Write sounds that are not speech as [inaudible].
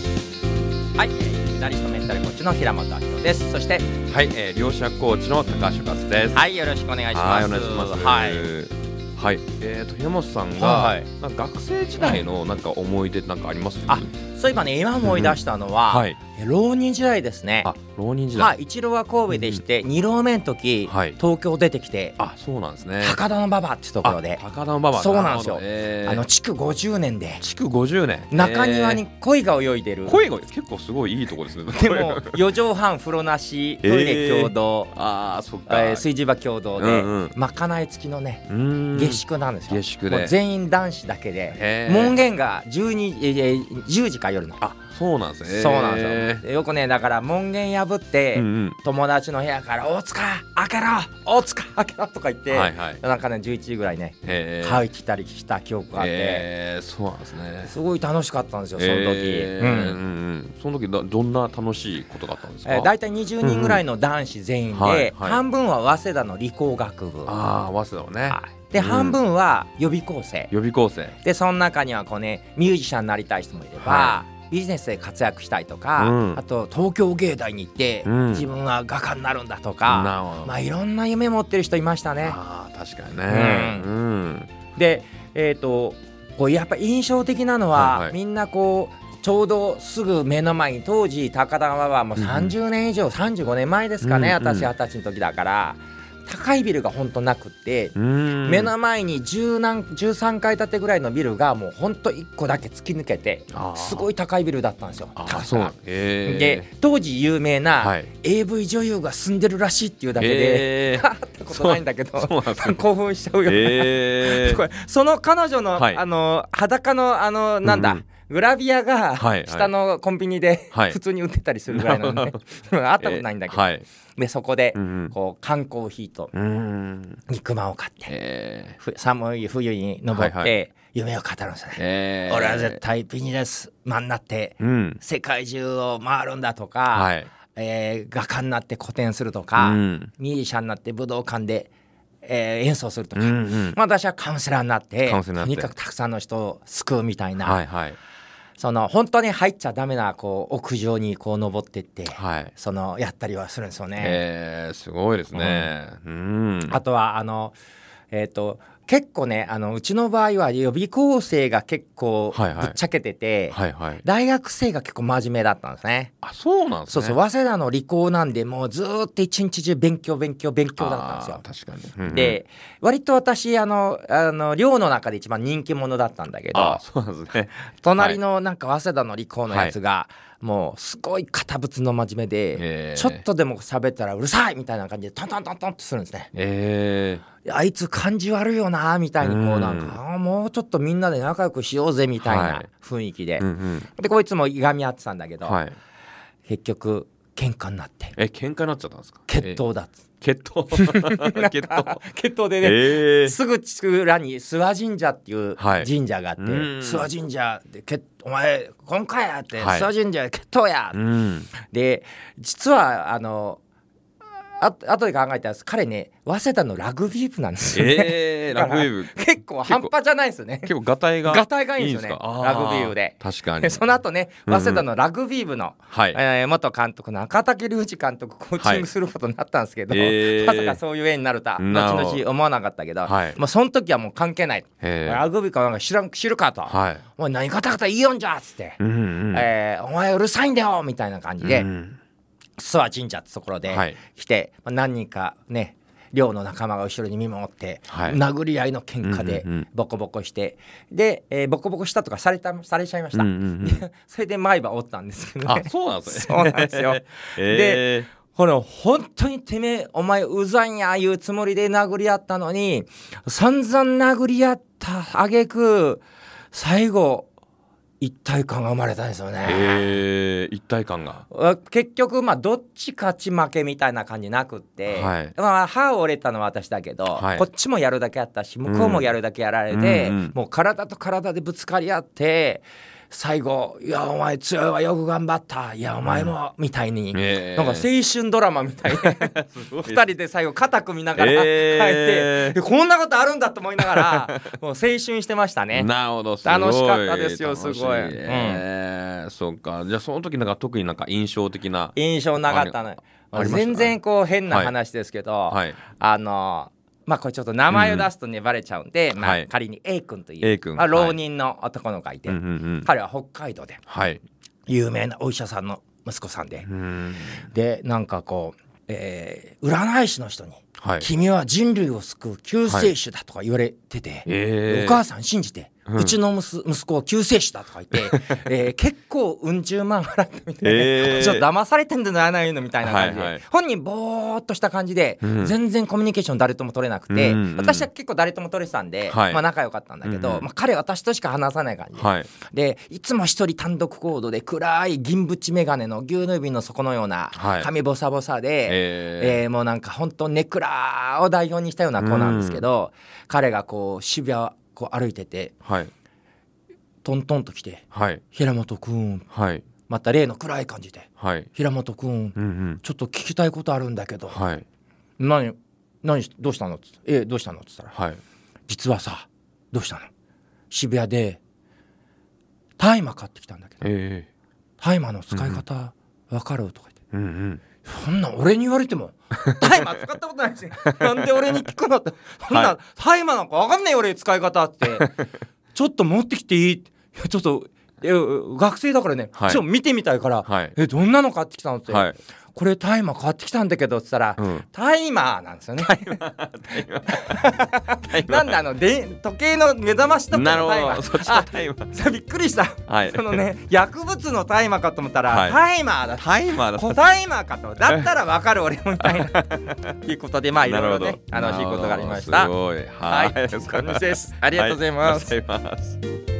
はい、えーギタリストメンタルコーチの平本明夫です。そして、はい、えー、両者コーチの高橋勝です。はい、よろしくお願いします。はいお願いします。はい。はい。えーと平本さんが、はいなんか学生時代のなんか思い出なんかあります？あそういえばね、今思い出したのは、はい。え浪人時代ですね。あ、浪人時まあ、代。一浪は神戸でして、二浪目の時、はい東京出てきて、あ、そうなんですね。高田馬場ってところであ、高田馬場。そうなんですよるほどえーあの築50年で築50年。中庭にえ鯉が泳いでる。ー。声が結構すごいいいとこですね。でも4畳半風呂なしトイレ共同、 [laughs] ああ、そっえか。ー水事場共同で、うんうんまかない付きのねうーん下。宿なんですよ、下宿でもう全員男子だけでへー門限が12えー10時か夜のあ、そうなんですね。そうなんですよでよくねだから門限破って、うんうん。友達の部屋から「大塚開けろ大塚開けろ」とか言って、はいはい。なんかね11時ぐらいねへー帰ってきたりした記憶があって、えーそうなんですね。すごい楽しかったんですよその時、えーううんんうんその時どどんな楽しいことがあったんですか、えー、大体20人ぐらいの男子全員で、うんうんはいはい半分は早稲田の理工学部ああ早稲田のね、はいで、うん半分は予備校生予備校生でその中にはこう、ね、ミュージシャンになりたい人もいれば、はビジネスで活躍したいとか、うんあと東京芸大に行って、うん自分は画家になるんだとなか、るほど、まあ、いろんな夢持ってる人いましたね。あー確かにねううん、で、えー、とこうやっぱ印象的なのは、はいはいみんなこうちょうどすぐ目の前に当時高田馬場はもううんうん30年以上、35年前ですかね、うんうん私二十歳の時だから高いビルが本当なくって、うん目の前に10何13階建てぐらいのビルがもうほんと1個だけ突き抜けてあーすごい高いビルだったんですよ。あ高ーさそうながんえー、で当時有名はない AV 女優が住んでるらしいっていうだけで、 [laughs] えー会ったことないんだけどそうなんですよ興奮しちゃうよ、ねえーこれその彼女の,、はいあの裸のあのなんだ、うんうんグラビアがはいはい下のコンビニで、はい普通に売ってたりするぐらいなので、ね、 [laughs] 会ったことないんだけど、えーはいでそこで、うんうんこう缶コーヒーとうん肉まんを買って、えふ寒い冬に登って、はいは夢を語るんですーね、えー俺は絶対ビジネスマンになってうん世界中を回るんだとか、はいえー画家になって個展するとか、うんミュージシャンになって武道館で、えー演奏するとうか、んうんまあ、私はカウンセラーになってカウンセラーとにになってかくたくさんの人を救うみたいな、はいはいその本当に入っちゃダメなこう屋上にこう登ってって、はいそのやったりはするんですよね。えー、すごいですねうんあとはあの、えー、と結構ねあのうちの場合は予備校生が結構はいはいぶっちゃけてて、はいはい大学生が結構真面目だったんですね。あそうなんですそうねそう、早稲田の理工なんでもうずーっと一日中勉強勉強勉強だったんですよ。ですよ。確かに。うんうん、で割と私あのあの寮の中で一番人気者だったんだけあどそうなんですね。隣のなんか早稲田の理工のやつが、もうすごい堅物の真面目で、えーちょっ。とでも喋ったらうるさいみたいな感じでトントントントンってするんですねえあいつ感じ悪いよなみたいにこううんなんか、あーもうちょっとみんなで仲良くしようぜみたいはない雰囲気で、えうんうん。でこいつもいがみ合ってたんだけど、はい。結局喧嘩になってえ喧嘩になっちゃったんですか。決闘だっつ、え。決 [laughs] 闘。決闘。決闘でね、ええ [laughs] すぐ近くらに諏訪神社っていうはい神社があって、うん諏訪神社でけお前今回やって、はい諏訪神社で決闘や、うん。で実はあのあ後で考えたら彼ね早稲田のラグビー部なんですよね、ええだラかグらビー [laughs] 部。結構半端じゃないですよね結構ガタイが。ガタイがいいんですよねかあーラグビー部で確かに。でその後ねうんう早稲ん田のラグビー部の、はい。えー元監督の赤竹隆二監督コーチングすることになったんですけど、はいえーまさかそういう絵になるとはなるほど後々思わなかったけど、はいもうその時はもう関係ない、ええラグビーかなんか知らん知るかと、はい。お前何ガタガタ言いよんじゃっつって、うんうん。えーお前うるさいんだよみたいな感じで、うん諏訪神社ってところではい来て、まあ何人かね寮の仲間が後ろに見守って、はい殴り合いの喧嘩でうんうんうんボコボコして、で、えーボコボコしたとかされたされちゃいましうんた、うんうん。 [laughs] それで毎晩おったんですけどあねそうなんですね。 [laughs] そうなんです [laughs] よえこれ本当にてめえお前うざいんやいうつもりで殴り合ったのに散々殴り合った挙句最後一体感が生まれたんですよねえ。ええ一体感が。あ結局まあどっち勝ち負けみたいな感じなくって、はいまあ、歯折れたのは私だけど、はいこっちもやるだけやったし向こうもやるだけやられて、うんうんうんもう体と体でぶつかり合って最後「いやお前強いわよく頑張ったいやお前も」みたいに、ええなんか青春ドラマみ [laughs] たいにごい二人で最後肩組みながら帰って、えええこんなことあるんだと思いながら [laughs] もう青春してましたね。なるほどすごい楽しかったですよ楽しみすごいうんえーそっかじゃあその時なんか特になんか印象的な印象なかったのよあります全然こう変な話ですけど、はいあのまあこれちょっと名前を出すとね、バレちゃうんで、まはあ、い仮に A 君という、 A 君まあ、浪人の男の子がいて、うんうんうん彼は北海道ではい有名なお医者さんの息子さんで、うんでなんかこう、えー占い師の人に「はい君は人類を救う救世主だ」とか言われてて。えーお母さん信じて、ううんちのむす息子を救世主だとか言って、 [laughs] えー結構うん十万払ったみたいな、えーちょっと騙されてんじゃないのみたいな感じで、はいはい本人ぼーっとした感じで、うん全然コミュニケーション誰とも取れなくて、うんうん私は結構誰とも取れてたんで、はいまあ、仲良かったんだけど、うんうんまあ、彼は私としか話さない感じで、はいでいつも一人単独行動で暗い銀縁眼鏡の牛乳瓶の底のようなはい髪ボサボサで、えーえーもうなんか本当ネクラを代表にしたような子なんですけど、彼がこう渋谷をこう歩いててはいトントンと来てはい「平本くんはい」また例の暗い感じではい「平本くんうんうんちょっと聞きたいことあるんだけどはい何何しどうしたの?」っつって「えどうしたの?」っつったらはい「実はさどうしたの渋谷で大麻買ってきたんだけどえ大麻の使い方わかる?」とか言って。ーうんうんそんなん俺に言われて [laughs] も大麻使ったことないしなんで俺に聞くのってそんなはん大麻なんか分かんないよ俺使い方 [laughs] ってちょっと持ってきていいっていやちょっとえ学生だからね、はいちょっと見てみたいから、はいえどんなの買ってきたのって、はいこれ大麻買ってきたんだけどって言ったら、うんタイマーなんですよね。なんであので時計の目覚ましとかのなるタイマほどーそっちのタイマーさびっくりした、はいそのね薬物の大麻かと思ったら、はいタイマーだったタイマーだ小タイマーかとだったらわかる俺もみたいな [laughs] いうことでまあいろなろいるほどね楽しいことがありましたなるほどすごいははいいそんな感じですあありがとうございます、ありがとうございます